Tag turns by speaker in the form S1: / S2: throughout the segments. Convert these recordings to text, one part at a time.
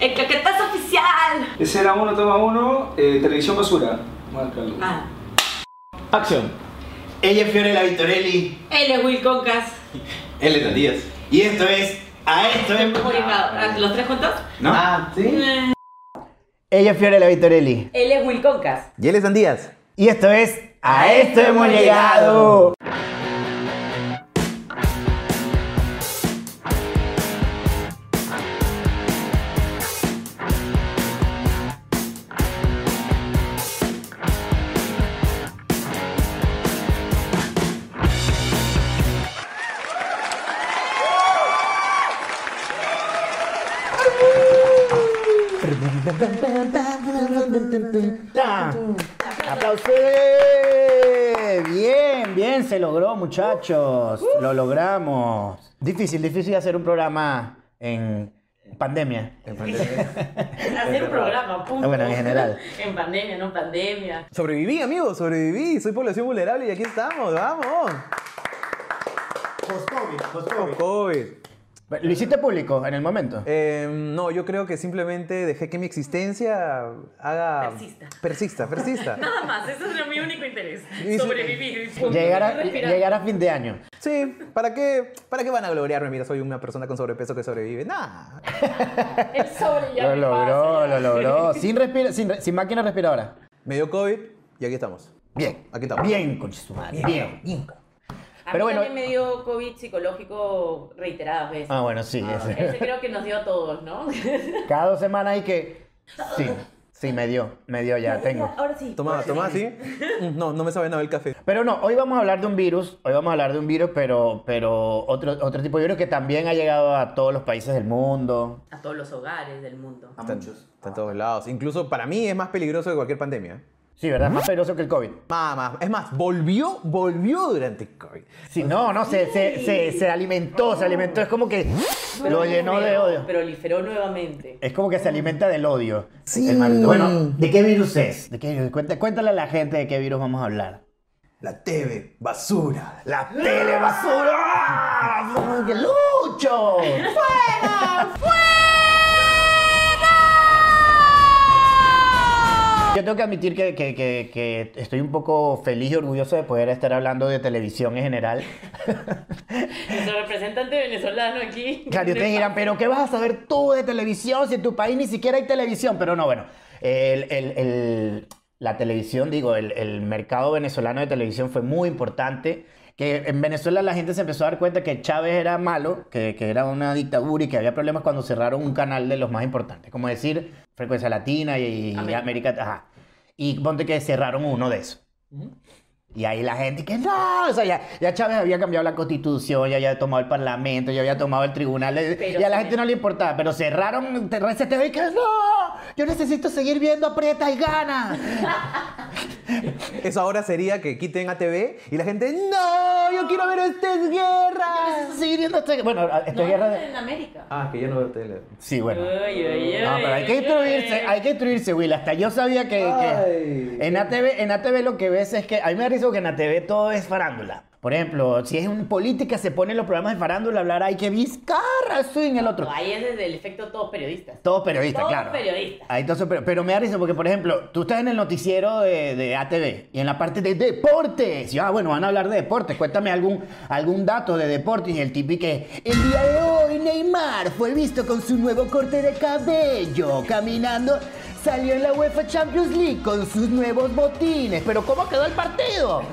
S1: ¡El claquetazo oficial!
S2: Ese era uno, toma uno, eh, televisión basura. Márcalo.
S1: Ah,
S3: Acción.
S4: Ella es Fiorella Vittorelli.
S1: él es Will Concas.
S4: Él es Díaz. Y esto es. A esto es.
S1: Ubicado. Ah, ¿Los tres juntos?
S4: ¿No? Ah, sí.
S1: Eh,
S3: Ella es Fiorella Vittorelli.
S1: Él es Will Concas.
S4: Y él es Díaz.
S3: Y esto es A esto hemos llegado. ¡Aplausos! Bien, bien, se logró, muchachos. Lo logramos. Difícil, difícil hacer un programa en pandemia.
S1: Hacer un programa, punto.
S3: ah, Bueno, en general.
S1: en pandemia, no pandemia.
S5: Sobreviví, amigos, sobreviví. Soy población vulnerable y aquí estamos, vamos.
S4: Post-COVID,
S5: Con COVID.
S3: ¿Lo hiciste público en el momento?
S5: Eh, no, yo creo que simplemente dejé que mi existencia haga.
S1: Persista.
S5: Persista, persista.
S1: Nada más, ese es mi único interés.
S5: Y-
S1: Sobrevivir. punto.
S3: Llegar a,
S1: Respirar.
S3: llegar a fin de año.
S5: Sí, ¿para qué, ¿para qué van a gloriarme? Mira, soy una persona con sobrepeso que sobrevive. Nah.
S1: El sobre ya
S3: Lo
S1: me pasa, ya.
S3: logró, lo logró. Sin, respira- sin, re- sin máquina respiradora.
S5: Me dio COVID y aquí estamos.
S3: Bien.
S5: Aquí estamos.
S3: Bien, con su madre. Bien. bien.
S1: A
S3: Pero
S1: mí
S3: bueno.
S1: también me dio COVID psicológico reiteradas veces.
S3: Ah, bueno, sí. ese.
S1: Ese creo que nos dio a todos, ¿no?
S3: Cada dos semanas hay que. Sí, sí, me dio. Me dio ya, tengo.
S1: Ahora sí.
S5: Toma, toma, sí. Mm, No, no me sabe nada el café.
S3: Pero no, hoy vamos a hablar de un virus, hoy vamos a hablar de un virus, pero, pero otro, otro tipo de virus que también ha llegado a todos los países del mundo.
S1: A todos los hogares del mundo.
S4: A
S5: Está,
S4: muchos.
S5: está en todos lados. Incluso para mí es más peligroso que cualquier pandemia.
S3: Sí, ¿verdad? Más peligroso que el COVID.
S5: Más, más. Es más, volvió, volvió durante el COVID.
S3: Sí, no, no, se, se, se, se alimentó, se alimentó, es como que lo llenó de
S1: Proliferó,
S3: odio.
S1: Proliferó nuevamente.
S3: Es como que se alimenta del odio.
S5: Sí.
S3: el maldito. Bueno, ¿de qué virus es? ¿De qué virus? Cuenta- Cuéntale a la gente de qué virus vamos a hablar.
S5: La TV, basura.
S3: ¡La telebasura! ¡Que lucho! ¡Fuera! ¡Fuera! Yo tengo que admitir que, que- que- que estoy un poco feliz y orgulloso de poder estar hablando de televisión en general.
S1: Nuestro representante venezolano aquí.
S3: Claro, y ustedes dirán, pero ¿qué vas a saber tú de televisión si en tu país ni siquiera hay televisión? Pero no, bueno, el- el- el- la televisión, digo, el, el mercado venezolano de televisión fue muy importante. Que en Venezuela la gente se empezó a dar cuenta que Chávez era malo, que, que era una dictadura y que había problemas cuando cerraron un canal de los más importantes, como decir Frecuencia Latina y, y
S1: América.
S3: América. Ajá. Y ponte que cerraron uno de esos. Y ahí la gente que no, o sea, ya, ya Chávez había cambiado la constitución, ya había tomado el parlamento, ya había tomado el tribunal, eh,
S1: Pero
S3: y a la
S1: sí.
S3: gente no le importaba, pero cerraron Terracia TV y que no, yo necesito seguir viendo aprieta y gana.
S5: Eso ahora sería que quiten a TV y la gente, no, yo quiero ver estas guerras.
S3: Necesito seguir viendo esta- Bueno, ah, esta
S1: No,
S3: guerra
S1: no,
S3: de...
S1: en América.
S5: Ah, que ya no veo tele.
S3: Sí, bueno.
S1: Uy, uy,
S3: No,
S1: uy,
S3: pero hay que
S1: uy,
S3: instruirse,
S1: uy.
S3: hay que instruirse, Will. Hasta yo sabía que, que
S5: Ay.
S3: en, ATV, en ATV lo que ves es que, a mí me da risa que en ATV todo es farándula. Por ejemplo, si es en política, se ponen los programas de farándula a hablar, hay que Vizcarra, swing, el otro.
S1: No, ahí es desde el efecto todos periodistas.
S3: Todos periodistas,
S1: Todos
S3: claro.
S1: periodistas.
S3: Ahí todos son peri- pero me da risa porque, por ejemplo, tú estás en el noticiero de, de ATV y en la parte de deportes. Y, ah, bueno, van a hablar de deportes. Cuéntame algún, algún dato de deportes. Y el tipi que el día de hoy Neymar fue visto con su nuevo corte de cabello caminando. Salió en la UEFA Champions League con sus nuevos botines. Pero ¿cómo quedó el partido?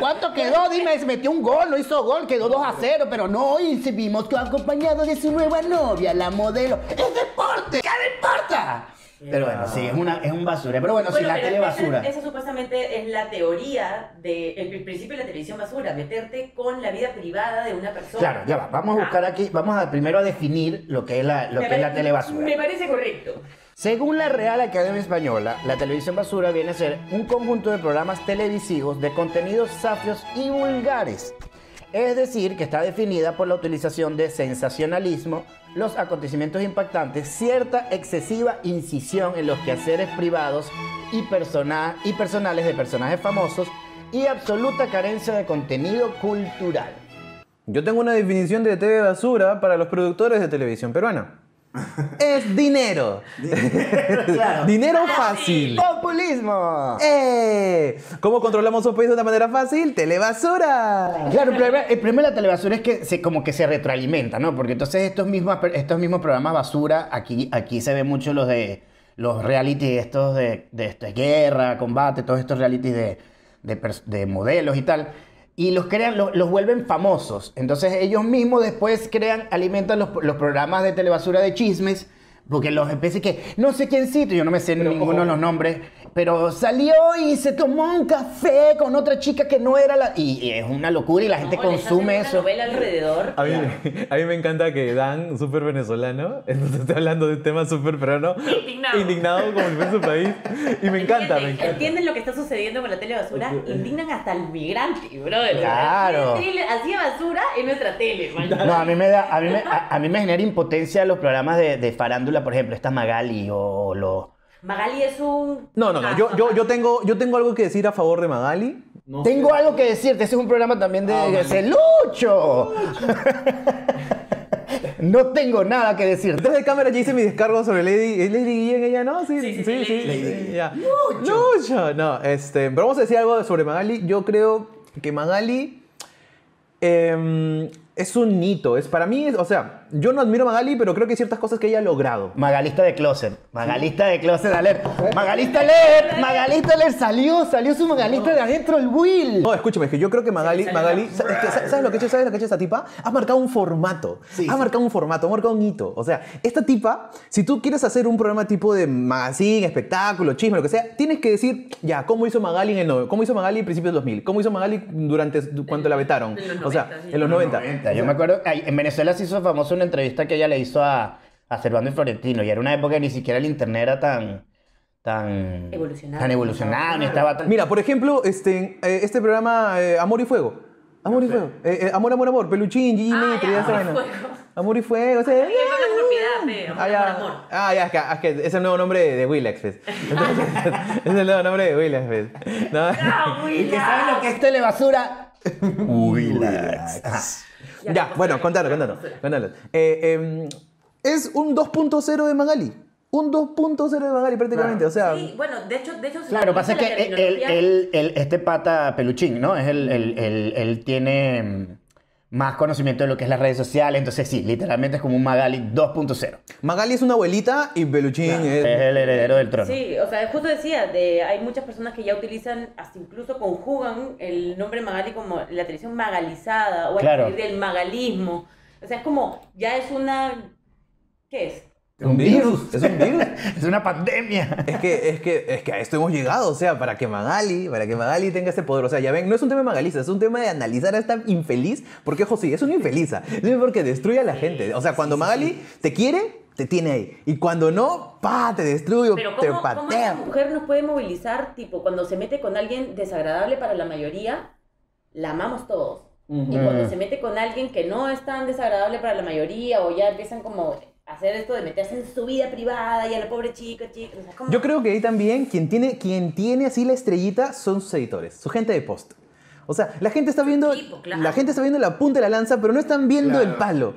S3: ¿Cuánto quedó? Dime, se metió un gol, no hizo gol, quedó 2 a 0, pero no. Y se vimos que acompañado de su nueva novia, la modelo. ¡Es deporte! ¡Qué me importa! Pero bueno, sí, es, una, es un basura. Pero bueno,
S1: Bueno,
S3: si la
S1: pero
S3: tele
S1: esa-
S3: basura.
S1: Esa supuestamente es la teoría del principio de la televisión basura, meterte con la vida privada de una persona.
S3: Claro, ya va. Vamos
S1: Ah.
S3: a buscar aquí, vamos a primero a definir lo que es la, lo
S1: Me
S3: que es la
S1: parece-
S3: tele basura.
S1: Me parece correcto.
S3: Según la Real Academia Española, la televisión basura viene a ser un conjunto de programas televisivos de contenidos safios y vulgares. Es decir, que está definida por la utilización de sensacionalismo, los acontecimientos impactantes, cierta excesiva incisión en los quehaceres privados y, persona- y personales de personajes famosos y absoluta carencia de contenido cultural.
S5: Yo tengo una definición de TV basura para los productores de televisión peruana. es dinero.
S3: Claro.
S5: dinero Ah,
S1: Fácil.
S5: fácil.
S3: ¡Populismo!
S5: ¡Eh! ¿Cómo controlamos un país de una manera fácil? ¡Telebasura!
S3: Claro, el problema, el problema de la telebasura es que se, como que se retroalimenta, ¿no? Porque entonces estos mismos, estos mismos programas basura, aquí, aquí se ve mucho los de los reality estos de, de esto es guerra, combate, todos estos realities de, de pers- de modelos y tal. Y los crean, los, los vuelven famosos. Entonces ellos mismos después crean, alimentan los, los programas de telebasura de chismes. Porque los empecé que, no sé quién cito, yo no me sé ninguno de los nombres, pero salió y se tomó un café con otra chica que no era la... Y, y es una locura y la gente
S1: No, les hacen
S3: consume
S1: una
S3: eso.
S1: novela alrededor.
S5: A mí, a mí me encanta que Dan, súper venezolano, entonces está hablando de un tema súper peruano,
S1: Indignado.
S5: indignado como si fuera su país, y me encanta, me
S1: Entienden-
S5: encanta.
S1: Entienden lo que está sucediendo con la tele basura, indignan hasta al migrante, brother.
S3: Claro.
S1: Hacía tele- Hacía basura en nuestra tele, man.
S3: No, a mí me da, a mí me, a, a mí me genera impotencia los programas de, de farándula, por ejemplo, esta Magali o lo...
S1: Magali es un.
S5: No, no, no, yo, yo, yo, tengo, yo tengo algo que decir a favor de Magali.
S4: No.
S3: Tengo algo que decirte, ese es un programa también de,
S4: Ah,
S3: de
S4: vale.
S3: Celucho. no tengo nada que decirte.
S5: Detrás de cámara ya hice mi descargo sobre Lady, ¿es Lady Guillén ella, ¿no? Sí,
S1: Sí, sí,
S5: sí,
S1: sí,
S5: sí. sí,
S1: Lady
S5: sí,
S4: Guillén.
S5: ya. Mucho, No, este, pero vamos a decir algo sobre Magali. Yo creo que Magali em, es un hito. Es, para mí, es- o sea, yo no admiro a Magali, pero creo que hay ciertas cosas que ella ha logrado.
S3: Magalista de Closet, Magalista de Closet Alert, Magalista Alert, Magalista Alert, salió, salió su Magalista de adentro el Will.
S5: No, escúchame, es que yo creo que Magali,
S1: Sí, sale
S5: Magali,
S1: la-
S5: sa- es que sa- ¿sabes lo que ha hecho, sabes lo que ha hecho esta tipa? Ha marcado un formato, ha marcado un formato, ha marcado un hito. O sea, esta tipa, si tú quieres hacer un programa tipo de magazine, espectáculo, chisme, lo que sea, tienes que decir, ya, ¿cómo hizo Magali en el no- ¿Cómo hizo Magali en principios del 2000? ¿Cómo hizo Magali durante cuando la vetaron?
S1: en los
S5: o sea,
S1: 90, sí.
S5: en los 90.
S3: Yo me acuerdo, ay, en Venezuela se hizo famosa una entrevista que ella le hizo a, a Servando y Florentino, y era una época que ni siquiera el internet era tan. tan.
S1: Evolucionado.
S3: tan evolucionado, ni estaba tan.
S5: Mira, por ejemplo, este, eh, este programa eh, Amor y Fuego. Amor y Fuego. Eh, eh, amor, amor, amor. Peluchín, Gigi,
S1: Ah,
S5: Metri,
S1: ya,
S5: ya esa
S1: Amor y
S5: vaina.
S1: Fuego.
S5: Amor y Fuego. o sea,
S1: Ay, es la propiedad, pe, amor,
S5: ah, ya.
S1: amor, amor.
S5: Ah, ya, es que, es que es el nuevo nombre de, de Willax, pues. es el nuevo nombre de Willax, pues. No.
S1: ¡Ah, güey,
S3: ¿Y que saben lo que es telebasura? Willax.
S1: Ya,
S5: Ya,
S1: pues,
S5: bueno,
S1: sí,
S5: contalo,
S1: pues,
S5: contalo.
S1: sí.
S5: contalo. Eh, eh, es un 2.0 de Magali. Un 2.0 de Magali prácticamente. O sea,
S1: Sí, bueno, de hecho, de hecho si
S3: Claro, pasa
S1: analiza
S3: que
S1: la
S3: él, él-
S1: terminología-
S3: él- él- este pata peluchín, ¿no? Es el, el- el- él tiene mm, más conocimiento de lo que es las redes sociales, entonces sí, literalmente es como un Magali 2.0.
S5: Magali es una abuelita y Peluchín
S3: Es
S5: es...
S3: el heredero del trono.
S1: Sí, o sea, justo decía, de, hay muchas personas que ya utilizan, hasta incluso conjugan el nombre Magali como la televisión magalizada o
S3: Claro.
S1: el del magalismo. O sea, es como, ya es una... ¿Qué es?
S3: Un virus.
S5: Es un virus.
S3: Es una pandemia.
S5: Es que, es, que, es que a esto hemos llegado, o sea, para que Magali, para que Magali tenga ese poder. O sea, ya ven, no es un tema magalista, es un tema de analizar a esta infeliz, porque ojo, sí, es una infeliza, es porque destruye a la gente. O sea, cuando Magali te quiere, te tiene ahí. Y cuando no, pa, te destruye,
S1: Pero
S5: te
S1: ¿cómo, cómo
S5: patea.
S1: esa mujer nos puede movilizar, tipo, cuando se mete con alguien desagradable para la mayoría, la amamos todos. Y cuando se mete con alguien que no es tan desagradable para la mayoría, o ya empiezan como a hacer esto de meterse en su vida privada y a la pobre chica, chica. o sea, como-
S5: Yo creo que ahí también quien tiene, quien tiene así la estrellita son sus editores, su gente de post. O sea, la gente está viendo,
S1: equipo, claro.
S5: la gente está viendo la punta de la lanza, pero no están viendo el palo.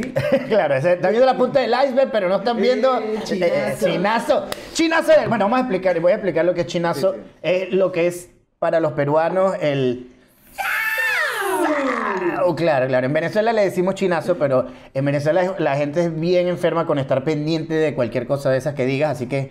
S3: claro, se están viendo la punta del iceberg, pero no están viendo
S2: Eh,
S3: eh,
S2: chinazo.
S3: chinazo. Chinazo del- Bueno, vamos a explicar, voy a explicar lo que es chinazo.
S2: Sí, sí.
S3: Es lo que es para los peruanos el. Oh, claro, claro. En Venezuela le decimos chinazo, pero en Venezuela es- la gente es bien enferma con estar pendiente de cualquier cosa de esas que digas, así que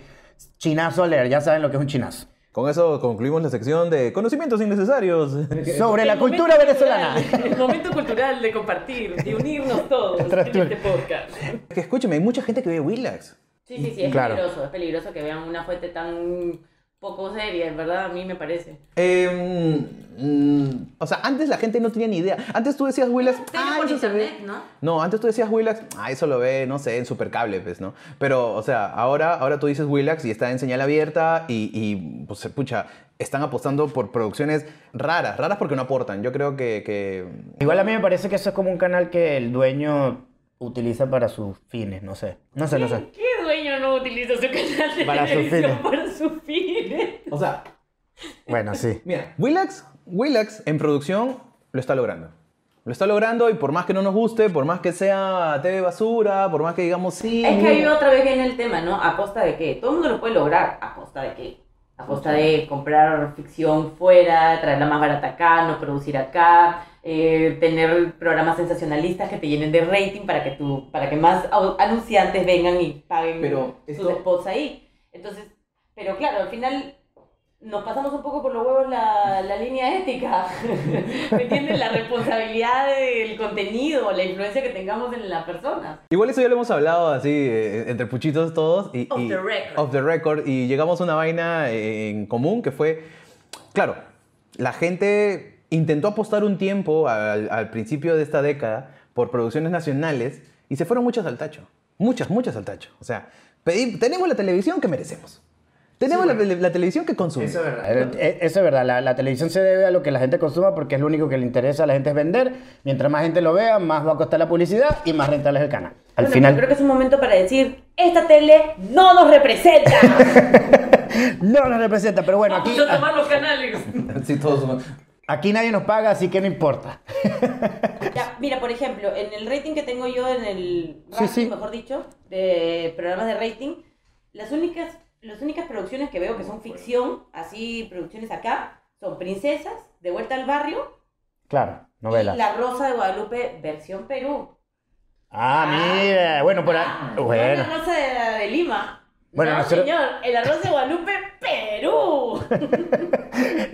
S3: chinazo a leer, ya saben lo que es un chinazo.
S5: Con eso concluimos la sección de conocimientos innecesarios.
S3: Sobre la
S1: El momento
S3: cultura
S1: cultural,
S3: venezolana.
S1: El momento cultural de compartir, de unirnos todos en
S3: Tras tú.
S1: este podcast.
S5: Que escúchame, hay mucha gente que ve Willax.
S1: Sí, sí, sí, es
S5: Claro.
S1: peligroso, es peligroso que vean una fuente tan poco seria, en verdad, a mí me parece.
S5: Eh, mm, o sea, antes la gente no tenía ni idea. Antes tú decías Willax. Ah,
S1: por
S5: eso se ve.
S1: internet, ¿no?
S5: No, antes tú decías Willax. Ah, eso lo ve, no sé, en supercable, pues, ¿no? Pero, o sea, ahora, ahora tú dices Willax y está en señal abierta y, y, pues, pucha, están apostando por producciones raras. Raras porque no aportan. Yo creo que. que-
S3: Igual a mí me parece que eso es como un canal que el dueño utiliza para sus fines, no sé. No sé, no sé.
S1: ¿Qué dueño no utiliza su canal de
S3: Para sus
S1: televisión
S3: fines.
S1: para sus fines?
S5: O sea,
S3: Bueno, sí.
S5: mira, Willax, Willax en producción lo está logrando. Lo está logrando y por más que no nos guste, por más que sea TV basura, por más que digamos sí.
S1: Es que ahí
S5: mira.
S1: otra vez viene el tema, ¿no? ¿A costa de qué? Todo el mundo lo puede lograr. ¿A costa de qué? A costa de comprar ficción fuera, traerla más barata acá, no producir acá, eh, tener programas sensacionalistas que te llenen de rating para que, tú, para que más au- anunciantes vengan y paguen
S5: Pero esto-
S1: sus spots ahí. Entonces, pero claro, al final nos pasamos un poco por los huevos la, la línea ética. ¿Me entiendes? La responsabilidad del contenido, la influencia que tengamos en las personas.
S5: Igual eso ya lo hemos hablado así, eh, entre puchitos todos. Y,
S1: Off
S5: y-
S1: the record.
S5: off the record. Y llegamos a una vaina eh, en común que fue, claro, la gente intentó apostar un tiempo al, al principio de esta década por producciones nacionales y se fueron muchas al tacho. Muchas, muchas al tacho. O sea, pedí- tenemos la televisión que merecemos. Tenemos la, la televisión que consumimos.
S4: Eso es verdad.
S3: Eh, eh, Eso es verdad, la, la televisión se debe a lo que la gente consuma porque es lo único que le interesa a la gente es vender. Mientras más gente lo vea, más va a costar la publicidad y más rentable es el canal. Al
S1: Bueno,
S3: final,
S1: yo creo que es un momento para decir, esta tele no nos representa.
S3: no nos representa, pero bueno, aquí,
S1: Vamos a tomar los canales.
S5: Sí, todos somos-
S3: aquí nadie nos paga, así que no importa.
S1: Ya, mira, por ejemplo, en el rating que tengo yo, en el
S3: Sí,
S1: ranking,
S3: sí.
S1: mejor dicho, de programas de rating, las únicas, las únicas producciones que veo que son ficción, así producciones acá, son Princesas, De Vuelta al Barrio,
S3: Claro,
S1: y
S3: novela.
S1: La Rosa de Guadalupe, versión Perú. Ah,
S3: Ah, mira, bueno, por ahí.
S1: No
S3: Bueno.
S1: la Rosa de, de Lima.
S3: Bueno,
S1: no,
S3: nosotros-
S1: señor, el arroz de Guadalupe, Perú.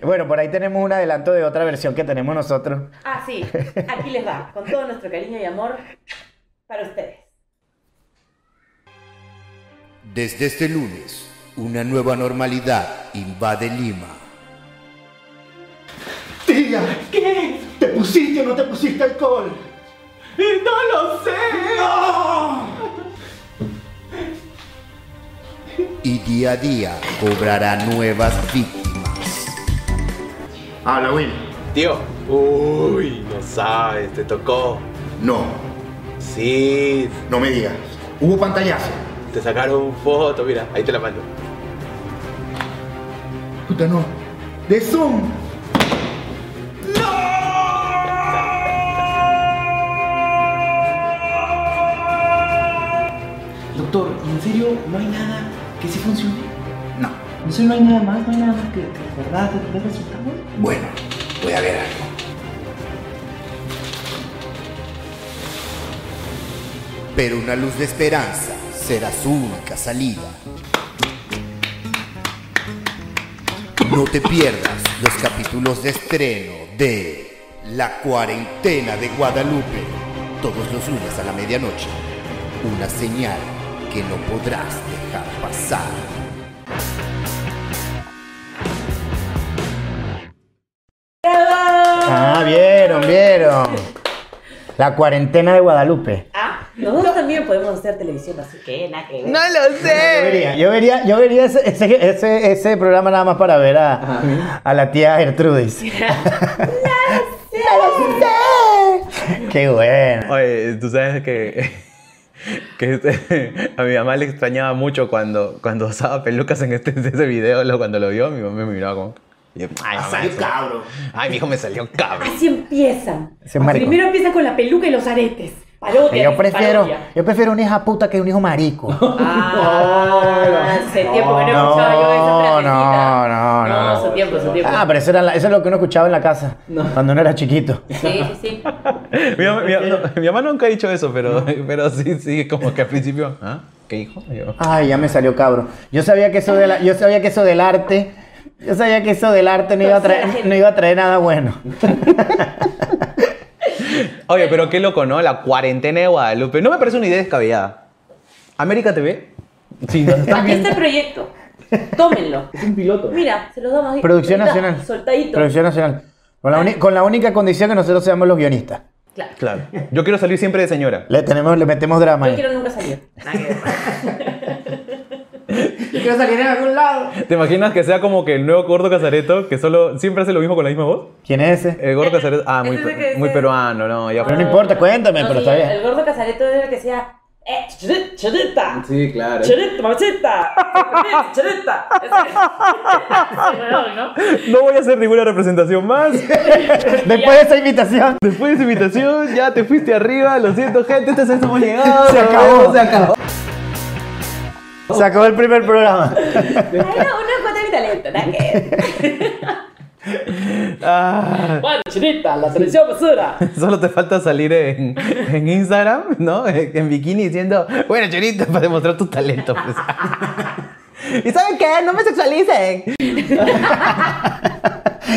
S3: Bueno, por ahí tenemos un adelanto de otra versión que tenemos nosotros.
S1: Ah, sí, aquí les va, con todo nuestro cariño y amor para ustedes.
S6: Desde este lunes, una nueva normalidad invade Lima.
S7: Tía, ¿qué? ¿Te pusiste o no te pusiste alcohol? ¡No lo sé!
S6: Y día a día cobrará nuevas víctimas.
S7: Habla, Will.
S8: Tío. Uy, no sabes, te tocó.
S7: No,
S8: Sí,
S7: no me digas. Hubo pantallazo.
S8: te sacaron foto, mira, ahí te la mando.
S7: Puta, no. De Zoom.
S2: Doctor, ¿en serio no hay nada que sí funcione?
S6: No.
S2: ¿En serio no hay nada más? ¿No hay nada más que, que de verdad te dé resultados?
S6: Bueno, voy a ver algo. Pero una luz de esperanza será su única salida. No te pierdas los capítulos de estreno de La cuarentena de Guadalupe, todos los lunes a la medianoche. Una señal que no podrás dejar pasar.
S3: Ah, vieron, vieron. La cuarentena de Guadalupe.
S1: Ah, nosotros también podemos hacer televisión, así que nada que ver.
S5: lo
S3: Yo
S5: sé.
S3: vería, yo vería, yo vería ese, ese- ese- ese programa nada más para ver a, a la tía Gertrudis. Qué bueno.
S5: Oye, tú sabes que, que este- a mi mamá le extrañaba mucho cuando, cuando usaba pelucas en este, ese video, lo- cuando lo vio, mi mamá me miraba como... y yo, Ay, mamá,
S4: Salió
S5: eso-
S4: cabro.
S5: Ay, mi hijo me salió cabrón.
S1: Así empiezan.
S3: Ese marico.
S1: Primero empiezan con la peluca y los aretes. Parodia,
S3: Yo prefiero,
S1: parodia.
S3: yo prefiero una hija puta que un hijo marico.
S1: Ah, hace tiempo que no escuchaba yo esa
S3: no,
S1: frasecita.
S3: no, no, no.
S1: hace tiempo, hace tiempo.
S3: Ah, pero eso, era la- eso es lo que uno escuchaba en la casa cuando uno era chiquito.
S1: Sí, sí, sí.
S5: Mi, mamá- mi- no, mi mamá nunca ha dicho eso, pero, pero sí, sí, como que al principio... ¿Ah? ¿Qué hijo? Y yo,
S3: Ay, ya me salió cabro. Yo sabía que eso, de la- yo sabía que eso del arte, yo sabía que eso del arte no iba a traer, no iba a traer nada bueno.
S5: Oye, pero qué loco, ¿no? La cuarentena de Guadalupe. No me parece una idea descabellada. América TV. Sí, nos están
S1: Aquí está
S5: viendo.
S1: el proyecto. Tómenlo. Es un piloto. Mira, se los damos ahí.
S3: Producción
S1: Ahorita,
S3: nacional.
S1: Soltadito.
S3: Producción nacional. Con la, uni- con la única condición que nosotros seamos los guionistas.
S1: Claro.
S5: Claro. Yo quiero salir siempre de señora.
S3: Le tenemos, le metemos drama
S1: No
S3: ahí.
S1: quiero nunca salir. Nada que ver.
S4: Quiero salir en algún lado.
S5: ¿Te imaginas que sea como que el nuevo Gordo Casareto, que solo siempre hace lo mismo con la misma voz?
S3: ¿Quién es ese?
S5: El Gordo Casareto. Ah, muy,
S1: Ese es el
S5: per-
S1: que
S5: muy
S1: dice-
S5: peruano, no. Ya
S3: Pero no importa, cuéntame,
S1: No,
S3: pero
S1: sí,
S3: está bien.
S1: El gordo Casareto era el que decía, Eh, churri- churrita.
S5: Sí, claro.
S1: Churrita, mamacita. Churrita. Ese- ese huevón, ¿no?
S5: No voy a hacer ninguna representación más.
S3: Después de esa invitación,
S5: Después de esa invitación, ya te fuiste arriba. Lo siento, gente. Este es el hemos llegado.
S3: Se acabó.
S5: Se acabó.
S3: se acabó el primer programa.
S1: Era una cuota de mi talento, ¿no? Que-
S5: Ah,
S1: Bueno, churrita, la televisión basura.
S5: solo te falta salir en, en Instagram, ¿no? En, en bikini diciendo, bueno, chorita, para demostrar tu talento. pues. ¿Y saben qué? No me sexualicen.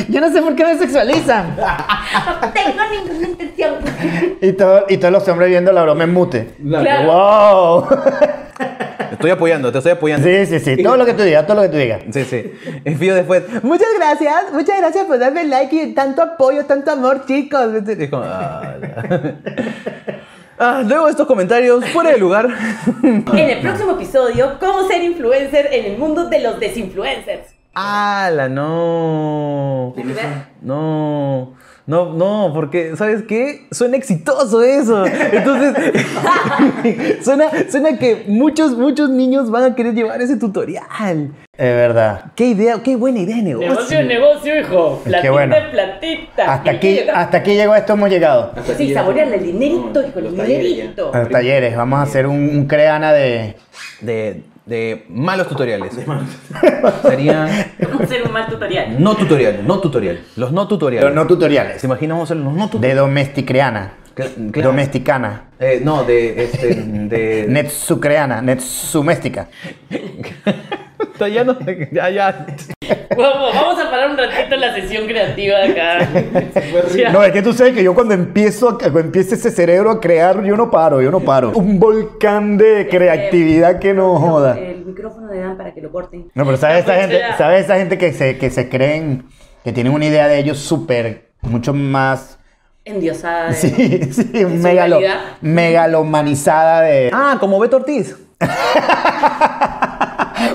S3: Yo no sé por qué me sexualizan.
S1: No tengo ninguna intención.
S3: Y, todo- y todos los hombres viendo la broma en mute.
S1: Claro.
S3: ¡Wow!
S5: Estoy apoyando, te estoy apoyando.
S3: Sí, sí, sí. Todo lo que tú digas, todo lo que tú digas.
S5: Sí, sí. Envío después. Muchas gracias, muchas gracias por darme like y tanto apoyo, tanto amor, chicos. Y es como, ah, la- Ah, luego estos comentarios fuera de lugar.
S1: En el próximo episodio, cómo ser influencer en el mundo de los desinfluencers.
S5: ¡Ala, no! No. No, no, porque, ¿sabes qué? Suena exitoso eso. Entonces, suena, suena que muchos, muchos niños van a querer llevar ese tutorial.
S3: Es verdad.
S5: ¡Qué idea! ¡Qué buena idea de negocio!
S1: negocio, hijo.
S3: Es que Pues bueno.
S1: en platita.
S3: Hasta aquí, hasta aquí llegó esto, hemos llegado.
S1: Sí, saborearle el dinerito, hijo, el dinerito.
S3: A los talleres, vamos a hacer un, un creana de.
S5: De, de malos tutoriales. Sería
S1: Vamos a hacer un mal tutorial.
S5: no tutoriales, no tutorial. Los no tutoriales.
S3: Pero no tutoriales.
S5: ¿Se imaginan vamos a hacer los no
S3: De
S5: tutoriales?
S3: domesticreana.
S5: Cla- claro.
S3: Domesticana.
S5: Eh, no, de este. De.
S3: Netsucreana. Netsuméstica.
S5: ya no sé, Ya, ya.
S1: Vamos, vamos a parar un ratito la sesión creativa de acá. Ya.
S3: Eh, No, es que tú sabes que yo cuando empiezo, a- cuando empieza ese cerebro a crear, yo no paro, yo no paro. Un volcán de creatividad que no joda.
S1: El micrófono le dan para que lo corten.
S3: No, pero ¿sabes esa
S1: Ya, pues,
S3: gente,
S1: ya.
S3: ¿sabes esa gente que se, que se creen, que tienen una idea de ellos súper, mucho más...
S1: Endiosada. de-
S3: Sí, sí,
S1: su
S3: megalo-
S1: realidad.
S3: megalomanizada de...
S5: Ah, como Beto Ortiz.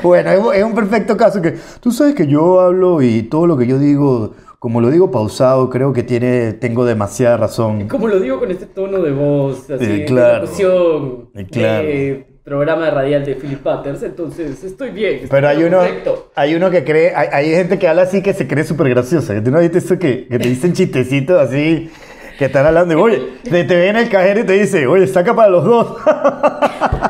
S3: Bueno, es, un- es un perfecto caso que... Tú sabes que yo hablo y todo lo que yo digo, como lo digo pausado, creo que tiene, tengo demasiada razón.
S1: Como lo digo con este tono de voz, así,
S3: Eh,
S1: de
S3: claro.
S1: locución,
S3: Eh, claro.
S1: de programa radial de Philip Patterns, entonces estoy bien. estoy
S3: Pero hay
S1: en lo
S3: uno,
S1: correcto.
S3: hay uno que cree, hay, hay gente que habla así que se cree súper graciosa. que ¿Tú no viste eso que, que te dicen chistecitos así? Que están hablando y, oye, te, te ve en el cajero y te dice, oye, saca para los dos.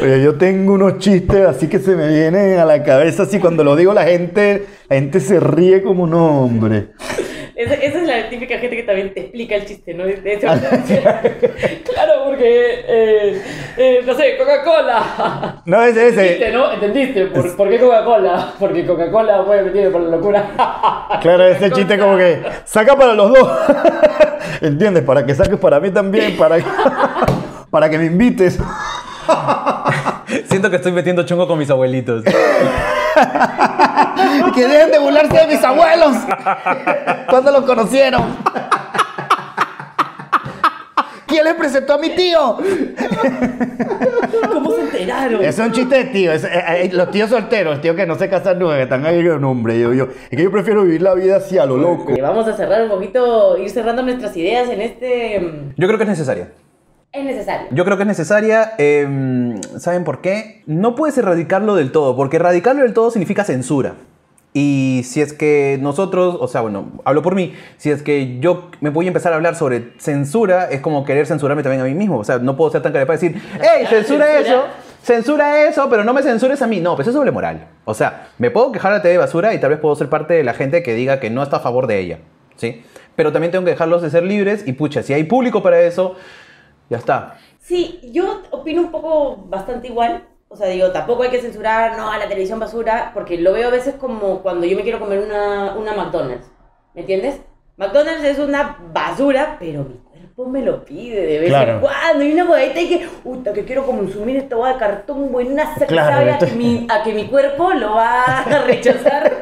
S3: Oye, yo tengo unos chistes así que se me vienen a la cabeza así cuando lo digo la gente, la gente se ríe como un hombre.
S1: Esa, esa es la típica gente que también te explica el chiste, ¿no? De- de- de- claro, porque, eh, eh, no sé, Coca-Cola.
S3: No, ese,
S1: Chiste,
S3: ese,
S1: ¿no? ¿Entendiste? ¿Por, por qué Coca-Cola? Porque Coca-Cola fue metido por la locura.
S3: claro, ese chiste como que, saca para los dos. ¿Entiendes? Para que saques para mí también, para que, para que me invites.
S5: Siento que estoy metiendo chongo con mis abuelitos.
S3: Y que dejen de burlarse de mis abuelos cuando los conocieron. ¿Quién les presentó a mi tío?
S1: ¿Cómo se enteraron?
S3: Es un chiste de tío. es- eh, eh, los tíos solteros, los tíos que no se casan nunca, que están ahí con hombre. Yo, yo, es que yo prefiero vivir la vida así a lo loco.
S1: Eh, Vamos a cerrar un poquito, ir cerrando nuestras ideas en este... mm,
S5: Yo creo que es necesaria.
S1: Es necesario.
S5: Yo creo que es necesaria. eh, ¿Saben por qué? No puedes erradicarlo del todo, porque erradicarlo del todo significa censura. Y si es que nosotros, o sea, bueno, hablo por mí, si es que yo me voy a empezar a hablar sobre censura, es como querer censurarme también a mí mismo. O sea, no puedo ser tan capaz de decir, ¡Ey, censura eso! Censura eso, pero no me censures a mí. No, pues eso es doble moral. O sea, me puedo quejar a la TV basura y tal vez puedo ser parte de la gente que diga que no está a favor de ella. ¿Sí? Pero también tengo que dejarlos de ser libres y pucha, si hay público para eso, ya está.
S1: Sí, yo opino un poco bastante igual. O sea, digo, tampoco hay que censurar, no, a la televisión basura, porque lo veo a veces como cuando yo me quiero comer una, una McDonald's. ¿Me entiendes? McDonald's es una basura, pero mi cuerpo me lo pide de vez en
S3: Claro.
S1: cuando. Y una bodadita y que, uta, que quiero consumir esta boda de cartón buenaza que
S3: Claro,
S1: sabe a,
S3: esto-
S1: que mi, a que mi cuerpo lo va a rechazar,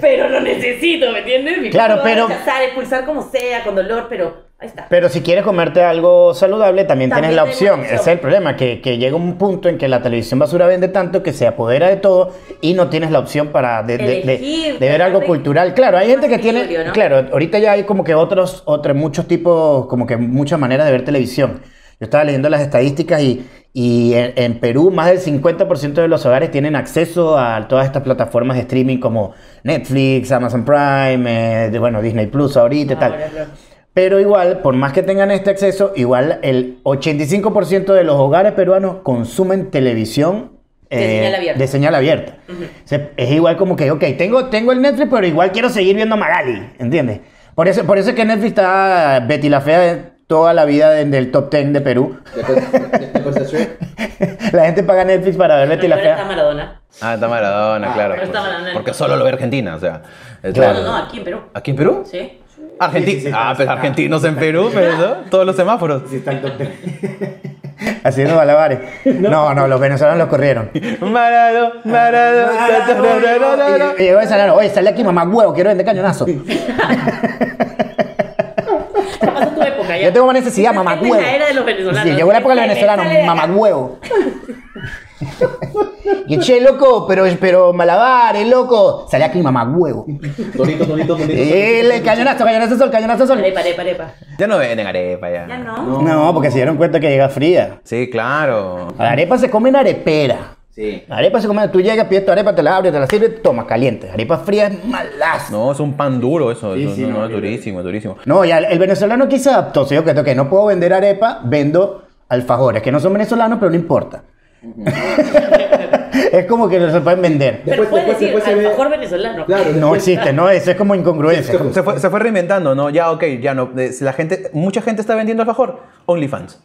S1: pero lo necesito, ¿me entiendes? Mi
S3: Claro,
S1: cuerpo va
S3: pero-
S1: a rechazar, expulsar como sea, con dolor, pero ahí está.
S3: Pero si quieres comerte algo saludable, también,
S1: También
S3: tienes la
S1: tengo
S3: opción.
S1: opción.
S3: Ese es el problema, que, que llega un punto en que la televisión basura vende tanto que se apodera de todo y no tienes la opción para de, de- de-
S1: Elegir,
S3: de ver algo
S1: tratar de-
S3: cultural. Claro, hay gente que tiene...
S1: Equilibrio, ¿no?
S3: Claro, ahorita ya hay como que otros, otros muchos tipos, como que muchas maneras de ver televisión. Yo estaba leyendo las estadísticas y, y en, en Perú más del 50% de los hogares tienen acceso a todas estas plataformas de streaming como Netflix, Amazon Prime, eh, de- bueno, Disney Plus ahorita y
S1: Ahora,
S3: tal.
S1: claro.
S3: Pero igual, por más que tengan este acceso, igual el 85% de los hogares peruanos consumen televisión eh,
S1: De señal abierta.
S3: de señal abierta. O sea, es igual como que, ok, tengo, tengo el Netflix, pero igual quiero seguir viendo Magali, ¿entiendes? Por eso, por eso es que Netflix está Betty la Fea de toda la vida en el top 10 de Perú. la gente paga Netflix para ver Betty la
S1: Ahora está
S3: Fea.
S1: Maradona.
S5: Ah, está Maradona, claro.
S1: pero está
S5: pues,
S1: Maradona.
S5: porque solo lo ve Argentina, o sea. es
S1: No,
S5: todo-
S1: no, no, aquí en Perú.
S5: ¿Aquí en Perú?
S1: Sí.
S5: Argentina.
S3: Sí, sí, sí,
S5: ah,
S3: está-
S5: pues argentinos en Perú, pero ¿no? todos los semáforos.
S3: Haciendo balabares. No, no, los venezolanos los corrieron.
S5: Marado, marado, ta, ta, ra, ra, ra, ra, ra.
S3: Y llegó esa nana, oye, sale aquí mamá huevo, quiero vender cañonazo.
S1: Ya pasó tu época ya.
S3: Yo tengo una necesidad, mamagüevo.
S1: Es la era de los venezolanos.
S3: Sí, llegó la época de los
S1: Sale, sale
S3: venezolanos,
S1: de acá.
S3: mamagüevo. Y che, loco, pero, pero malabar, el loco. Salía aquí mamagüevo. Eh,
S7: Tonito, tonito, tonito.
S3: El cañonazo, cañonazo sol, cañonazo sol.
S1: Arepa, arepa, arepa.
S5: Ya no venden arepa ya.
S1: Ya no.
S3: No, porque se dieron cuenta que llega fría.
S5: Sí, claro.
S3: A La arepa se come en arepera.
S4: Sí.
S3: La arepa se come, tú llegas, pides tu arepa, te la abres, te la sirves, toma, caliente. Arepa fría es malazo.
S5: No, es un pan duro eso.
S7: Sí,
S5: eso,
S7: sí,
S5: no,
S7: no,
S5: no, es
S7: horrible.
S5: durísimo, es durísimo.
S3: No, ya el, el venezolano que se adaptó, se dio cuenta que no puedo vender arepa, vendo alfajores, que no son venezolanos, pero no importa. es como que no se pueden vender.
S1: Pero
S7: Después-
S1: puedes
S7: después-
S1: decir,
S7: después se
S1: al
S7: ve-
S1: mejor venezolano.
S7: Claro,
S3: No
S7: después-
S3: existe, no, eso es como incongruencia.
S5: Se fue, se fue reinventando, ¿no? Ya, ok, ya no. eh, si La gente, mucha gente está vendiendo alfajor. OnlyFans.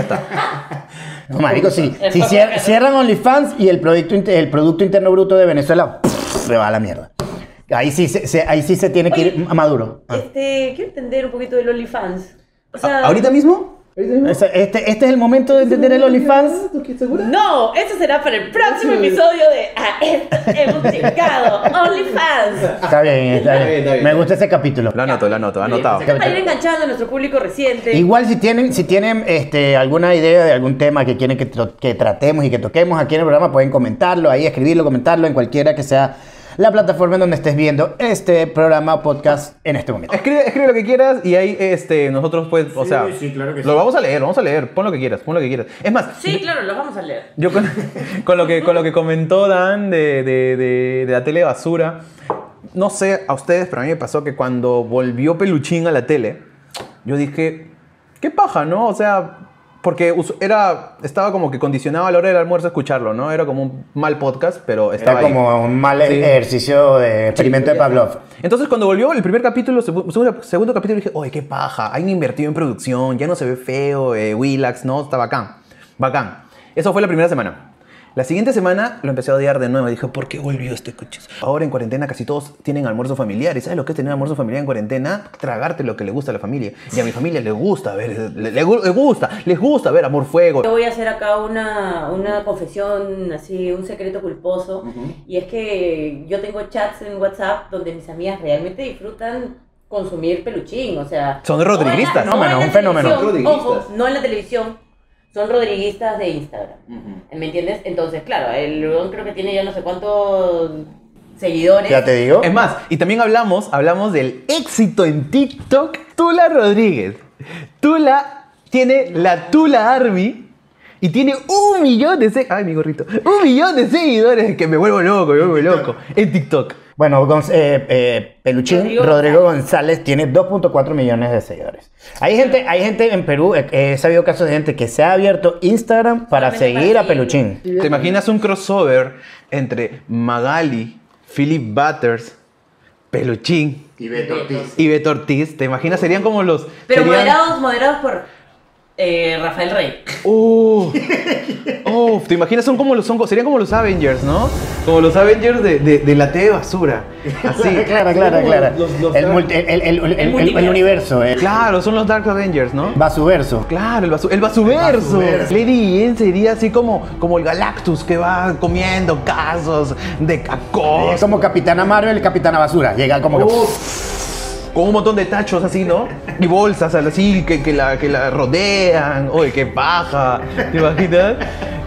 S5: está.
S3: No, marico, si, si cier- cierran OnlyFans y el producto, inte- el producto Interno Bruto de Venezuela se va a la mierda. Ahí sí se, se- ahí sí se tiene que ir a maduro. Ah.
S1: Este, quiero entender un poquito del OnlyFans. O sea,
S5: A- ¿Ahorita mismo?
S3: Este, este- este es el momento de entender el OnlyFans.
S1: No, eso será para el próximo episodio de A esto hemos llegado. OnlyFans.
S3: Está bien, está bien. Me gusta ese capítulo.
S5: Lo anoto, lo anoto, anotado.
S1: Acá Para ir enganchando a nuestro público reciente.
S3: Ah, Igual si tienen, si tienen este, alguna idea de algún tema que quieren que, tro- que tratemos y que toquemos aquí en el programa, pueden comentarlo ahí, escribirlo, comentarlo en cualquiera que sea la plataforma en donde estés viendo este programa o podcast en este momento.
S5: Escribe, escribe lo que quieras y ahí este, nosotros pues, o sea,
S7: sí, claro que
S5: lo vamos a leer, vamos a leer, pon lo que quieras, pon lo que quieras. Es más,
S1: Sí, claro, los vamos a leer.
S5: yo con, con lo, que, con lo que comentó Dan de, de- de- de la tele basura, no sé a ustedes, pero a mí me pasó que cuando volvió Peluchín a la tele, yo dije, qué paja, ¿no? O sea, porque us- era, estaba como que condicionado a la hora del almuerzo a escucharlo, ¿no? Era como un mal podcast, pero estaba
S3: Era
S5: ahí.
S3: como un mal
S5: Sí.
S3: ejercicio de experimento de Pavlov.
S5: Entonces, cuando volvió el primer capítulo, segu- segundo, segundo capítulo, dije, oye, qué paja, han invertido en producción, ya no se ve feo, eh, Willax, ¿no? Está bacán, bacán. Eso fue la primera semana. La siguiente semana lo empecé a odiar de nuevo. Dije, ¿por qué volvió este coche? Ahora en cuarentena casi todos tienen almuerzo familiar. ¿Y sabes lo que es tener almuerzo familiar en cuarentena? Tragarte lo que le gusta a la familia. Y a mi familia le gusta ver, le, le gu- le gusta, les gusta ver Amor Fuego.
S1: Yo voy a hacer acá una, una confesión, así, un secreto culposo. Y es que yo tengo chats en WhatsApp donde mis amigas realmente disfrutan consumir peluchín. O sea,
S5: Son
S1: no en la-
S5: rodriguistas.
S1: no en la
S3: Fenómeno, un fenómeno.
S1: televisión, ojo,
S4: Rodriguistas.
S1: no en la televisión, son rodriguistas de Instagram. ¿Me entiendes? Entonces, claro, el León creo que tiene ya no sé cuántos seguidores.
S3: Ya te digo.
S5: Es más, y también hablamos, hablamos del éxito en TikTok Tula Rodríguez. Tula tiene la Tula Army y tiene un millón de se- ay mi gorrito, un millón de seguidores que me vuelvo loco, me vuelvo loco en TikTok.
S3: Bueno, Gonz- eh, eh, Peluchín,
S1: Rodrigo
S3: Rodrigo, González tiene 2.4 millones de seguidores. Hay gente, hay gente en Perú, eh, eh, he sabido casos de gente que se ha abierto Instagram para
S1: Solamente para
S3: seguir a
S1: seguir.
S3: Peluchín.
S5: ¿Te imaginas un crossover entre Magali, Philip Butters, Peluchín
S6: Y Beto Ortiz.
S5: y Beto Ortiz? ¿Te imaginas serían como los
S1: Pero
S5: serían-
S1: moderados, moderados por eh, Rafael Rey.
S5: Uh, oh, te imaginas, son como los, son, serían como los Avengers, ¿no? Como los Avengers de, de, de la T de basura. Así.
S3: Claro, claro,
S7: Los-
S3: claro.
S7: los- los-
S3: El, multi- el- el- el- el- el-
S1: multiverso.
S3: universo, el
S5: Claro, son los Dark Avengers, ¿no?
S3: basuverso.
S5: Claro, el, basu- el basuverso. Lady Jane sería así como, como el Galactus que va comiendo casos de
S3: Es
S5: cacos.
S3: como Capitana Marvel, Capitana Basura. Llega como que...
S5: Con un montón de tachos así, ¿no? Y bolsas así que, que la, que la rodean. Oye, qué paja. ¿Te imaginas?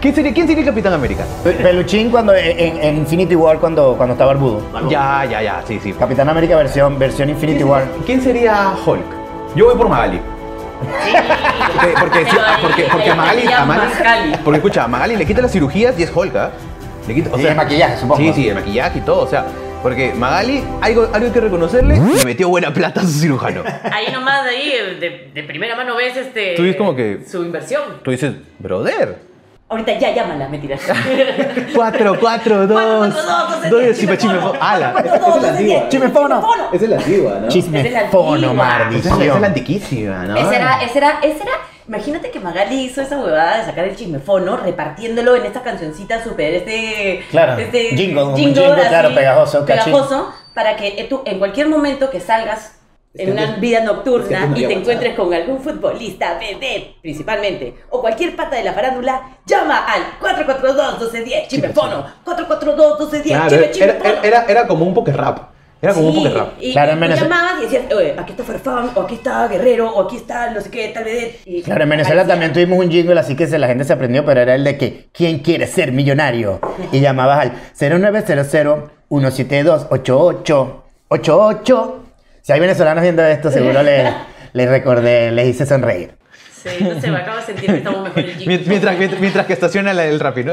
S5: ¿Quién sería, quién sería el Capitán América?
S3: Peluchín cuando en, en Infinity War cuando, cuando está barbudo.
S5: Ya, ya, ya. Sí, sí.
S3: Capitán América versión, versión Infinity War.
S5: ¿Quién sería Hulk? Yo voy por Magali.
S1: Sí.
S5: Porque, porque,
S1: Pero ahí-
S5: porque, porque
S1: ahí
S5: a Magali,
S1: sería
S5: a Magali-
S1: Mascali.
S5: Porque escucha, a Magali le quita las cirugías y es Hulk, ¿ah? Le quita, o
S3: Sí,
S5: sea,
S3: el maquillaje, supongo.
S5: Sí, sí, el maquillaje y todo, o sea. Porque Magali, algo, algo hay que reconocerle, le metió buena plata a su cirujano.
S1: Ahí nomás, de ahí, de, de primera mano ves este.
S5: Tú ves como que-
S1: Su inversión.
S5: Tú dices, brother.
S1: Ahorita ya llámala, me tiras.
S5: 4, 4, 2. 2 de Chipa Chimefono. Ala.
S3: Chimefono.
S1: Esa
S5: Esa es la antigua, ¿no?
S1: Esa es la
S3: Chisme fono,
S1: antigua.
S5: Esa es la- esa es la
S3: maldición.
S5: antiquísima, ¿no?
S1: era, esa era, esa era. Imagínate que Magali hizo esa huevada de sacar el chismefono repartiéndolo en esta cancioncita súper, este.
S3: Claro,
S1: Este
S3: jingle, un jingle,
S1: así,
S3: claro, pegajoso, cachín.
S1: Pegajoso, para que tú en cualquier momento que salgas en una vida nocturna y te encuentres con algún futbolista, PD principalmente, o cualquier pata de la farándula, llama al 442-1210, chismefono. 442-1210,
S5: Claro,
S1: chisme,
S5: era,
S1: chismefono.
S5: era- era- era como un poker rap. Era como
S1: Sí,
S5: un poker rap.
S1: Y,
S3: Claro,
S1: y
S3: en
S1: tú
S3: Venezuela-
S1: llamabas y decías, oye, aquí está Farfán, o aquí está Guerrero, o aquí está no sé qué, tal vez. y
S3: Claro, en Venezuela
S1: aparecía.
S3: también tuvimos un jingle, así que se- la gente se aprendió, pero era el de que ¿Quién quiere ser millonario? Y llamabas al 0900 172 8888 Si hay venezolanos viendo esto, seguro les, les recordé, les hice sonreír.
S1: Sí, no sé, me acabo de sentir que estamos mejor en
S5: Mien-
S1: Jingle.
S5: Mientras, mientras, mientras que estaciona la- el Rappi, ¿no?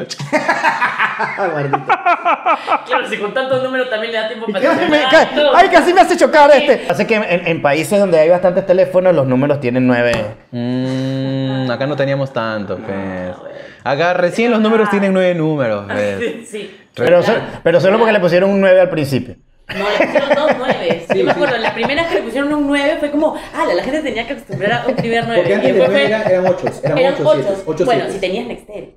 S1: Claro, si con tantos números también le da tiempo para...
S3: Ay, me
S1: Ah,
S3: cae-
S1: no.
S3: ay, casi me hace chocar este. Así que en, en países donde hay bastantes teléfonos, los números tienen nueve.
S5: Mm, acá no teníamos tantos, pues.
S1: bueno.
S5: Acá recién los números tienen nueve números, pues.
S1: Ah, Sí.
S3: Pero, so- pero solo porque le pusieron un nueve al principio.
S1: No, le pusieron dos nueves. Yo me acuerdo, las primeras que le pusieron un nueve fue como, ah, la gente tenía que acostumbrar a un primer nueve.
S9: Porque antes
S1: Y
S9: de
S1: después
S9: nueve
S1: fue-
S9: eran, eran ochos, eran
S1: eran
S9: ocho, siete,
S1: ochos.
S9: ocho,
S1: Bueno,
S9: siete.
S1: si tenías Nextel.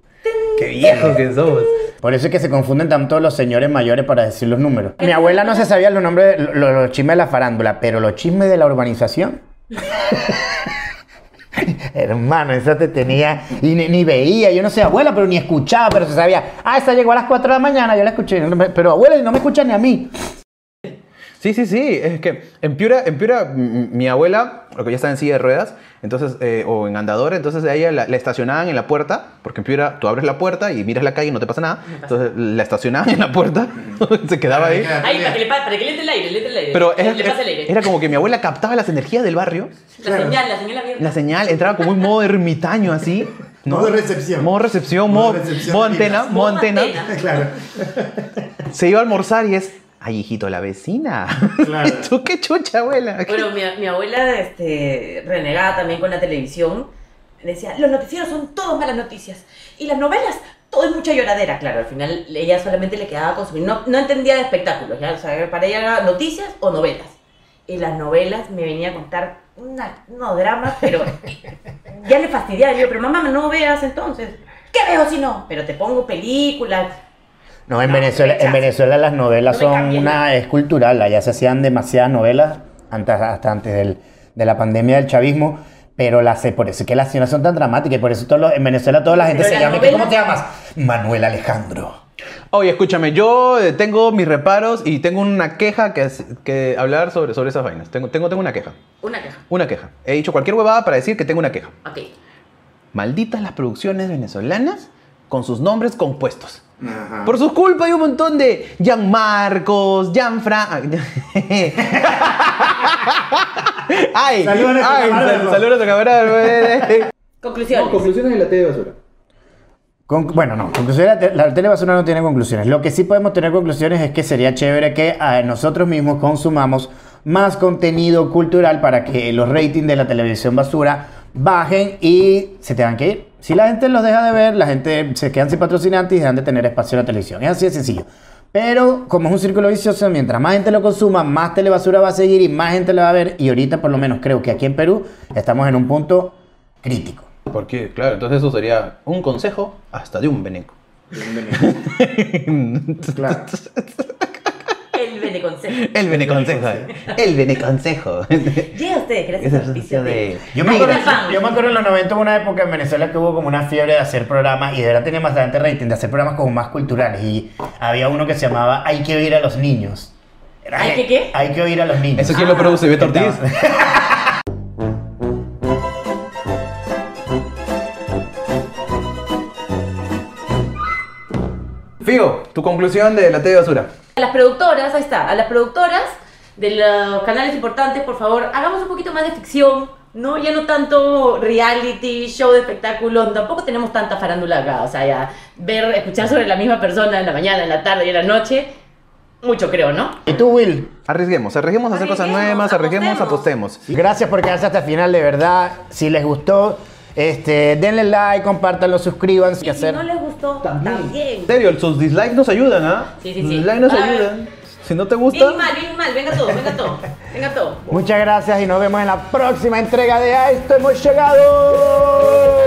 S5: Qué viejos que somos.
S3: Por eso es que se confunden tanto los señores mayores para decir los números. Mi abuela no se sabía los nombres, de lo- los chismes de la farándula, pero los chismes de la urbanización. Hermano, esa te tenía y ni, ni veía, yo no sé, abuela, pero ni escuchaba, pero se sabía. Ah, esa llegó a las 4 de la mañana, yo la escuché, pero abuela, y no me escucha ni a mí.
S5: Sí, sí, sí. Es que en Piura, en Piura m- m- mi abuela, lo que ya está en silla de ruedas, entonces, eh, o en andador, entonces a ella la, la estacionaban en la puerta, porque en Piura tú abres la puerta y miras la calle y no te pasa nada. Entonces la estacionaban en la puerta, se quedaba ahí.
S1: Ay, para que le, pa- para que le entre el aire, le entre el aire.
S5: Pero era,
S1: le pase el aire.
S5: era como que mi abuela captaba las energías del barrio,
S1: la señal, la señal abierta.
S5: la señal entraba como un modo ermitaño así.
S9: Modo recepción.
S5: Modo recepción,
S9: Modo
S5: modo,
S9: recepción
S5: modo
S9: de
S5: antena,
S9: minas.
S5: modo antena.
S9: Claro.
S5: Se iba a almorzar y es, ay hijito, la vecina.
S9: Claro.
S5: ¿Y tú qué chucha, abuela?
S1: Bueno, mi, mi abuela este, renegada también con la televisión. Decía, los noticieros son todas malas noticias. Y las novelas, todo es mucha lloradera. Claro, al final ella solamente le quedaba consumir. No, no entendía de espectáculos. ¿ya? O sea, para ella era noticias o novelas. Y las novelas me venía a contar una- unos dramas, pero ya le fastidiaba. Yo, pero mamá, no veas entonces. ¿Qué veo si no? Pero te pongo películas.
S3: No, en
S1: No,
S3: Venezuela, en
S1: rechazo.
S3: Venezuela las novelas
S1: No me
S3: son
S1: cambies.
S3: una es cultural, allá se hacían demasiadas novelas antes, hasta antes del- de la pandemia del chavismo, pero las por eso es que las escenas son tan dramáticas y por eso todos los- en Venezuela toda la gente
S1: Pero
S3: se
S1: las
S3: llama
S1: novelas-
S3: ¿cómo te llamas? Manuel Alejandro.
S5: Oye, escúchame, yo eh, tengo mis reparos y tengo una queja que, es- que hablar sobre, sobre esas vainas. Tengo, tengo, tengo una queja.
S1: Una caja.
S5: Una queja. He dicho cualquier huevada para decir que tengo una queja.
S1: Ok.
S5: Malditas las producciones venezolanas con sus nombres compuestos.
S9: Ajá.
S5: Por sus culpas hay un montón de ah, Jan Marcos, Jan Fran. ay, ay,
S9: Saludos a nuestro
S5: sal-
S9: camarógrafo.
S5: saludos a nuestro camarógrafo. eh.
S1: Conclusiones.
S9: Conclusiones de la T de basura.
S3: Con- bueno, no, conclusión, la, te- la telebasura no tiene conclusiones. Lo que sí podemos tener conclusiones es que sería chévere que ah, nosotros mismos consumamos más contenido cultural para que los ratings de la televisión basura bajen y se tengan que ir. Si la gente los deja de ver, la gente se quedan sin patrocinantes y dejan de tener espacio en la televisión. Es así de sencillo. Pero como es un círculo vicioso, mientras más gente lo consuma, más telebasura va a seguir y más gente la va a ver. Y ahorita por lo menos creo que aquí en Perú estamos en un punto crítico.
S5: Porque, claro, entonces eso sería un consejo hasta de un veneco.
S3: Claro.
S1: El beneconsejo.
S5: El veneconsejo. El veneconsejo.
S1: Llega a ustedes, gracias
S5: Es
S1: al
S5: el servicio de.
S3: Yo me, acuerdo,
S1: Mira.
S3: yo me acuerdo en los 90 hubo una época en Venezuela que hubo como una fiebre de hacer programas y de verdad tenía bastante rating, de hacer programas como más culturales. Y había uno que se llamaba Hay que oír a los niños. Era-
S1: ¿Hay que qué?
S3: Hay que oír a los niños.
S5: ¿Eso quién lo produce? Beto Ortiz. Figo, tu conclusión de la TV basura.
S1: A las productoras, ahí está, a las productoras de los canales importantes, por favor, hagamos un poquito más de ficción, no, ya no tanto reality, show de espectáculos, tampoco tenemos tanta farándula acá, o sea, ya ver, escuchar sobre la misma persona en la mañana, en la tarde y en la noche, mucho creo, ¿no?
S3: ¿Y tú, Will?
S5: Arriesguemos, arriesguemos a hacer cosas
S1: Arriesguemos,
S5: nuevas, arriesguemos,
S1: apostemos.
S5: apostemos.
S3: Gracias por quedarse hasta el final, de verdad. Si les gustó, este, denle like, compártanlo, suscríbanse.
S1: Y si no les gustó, también.
S5: En serio, sus dislikes nos ayudan, ¿ah?
S1: Sí, sí,
S5: Sus
S1: sí.
S5: dislikes nos
S1: A ver.
S5: ayudan. Si no te
S1: Bien y
S5: gusta,
S1: mal, bien y mal, venga todo, venga todo, venga todo.
S3: Muchas gracias y nos vemos en la próxima entrega de A Esto Hemos Llegado.